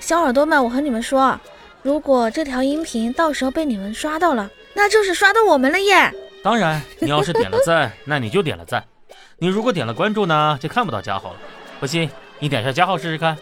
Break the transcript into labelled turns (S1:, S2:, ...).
S1: 小耳朵们，我和你们说，如果这条音频到时候被你们刷到了，那就是刷到我们了耶！
S2: 当然，你要是点了赞，那你就点了赞；你如果点了关注呢，就看不到加号了。不信，你点下加号试试看。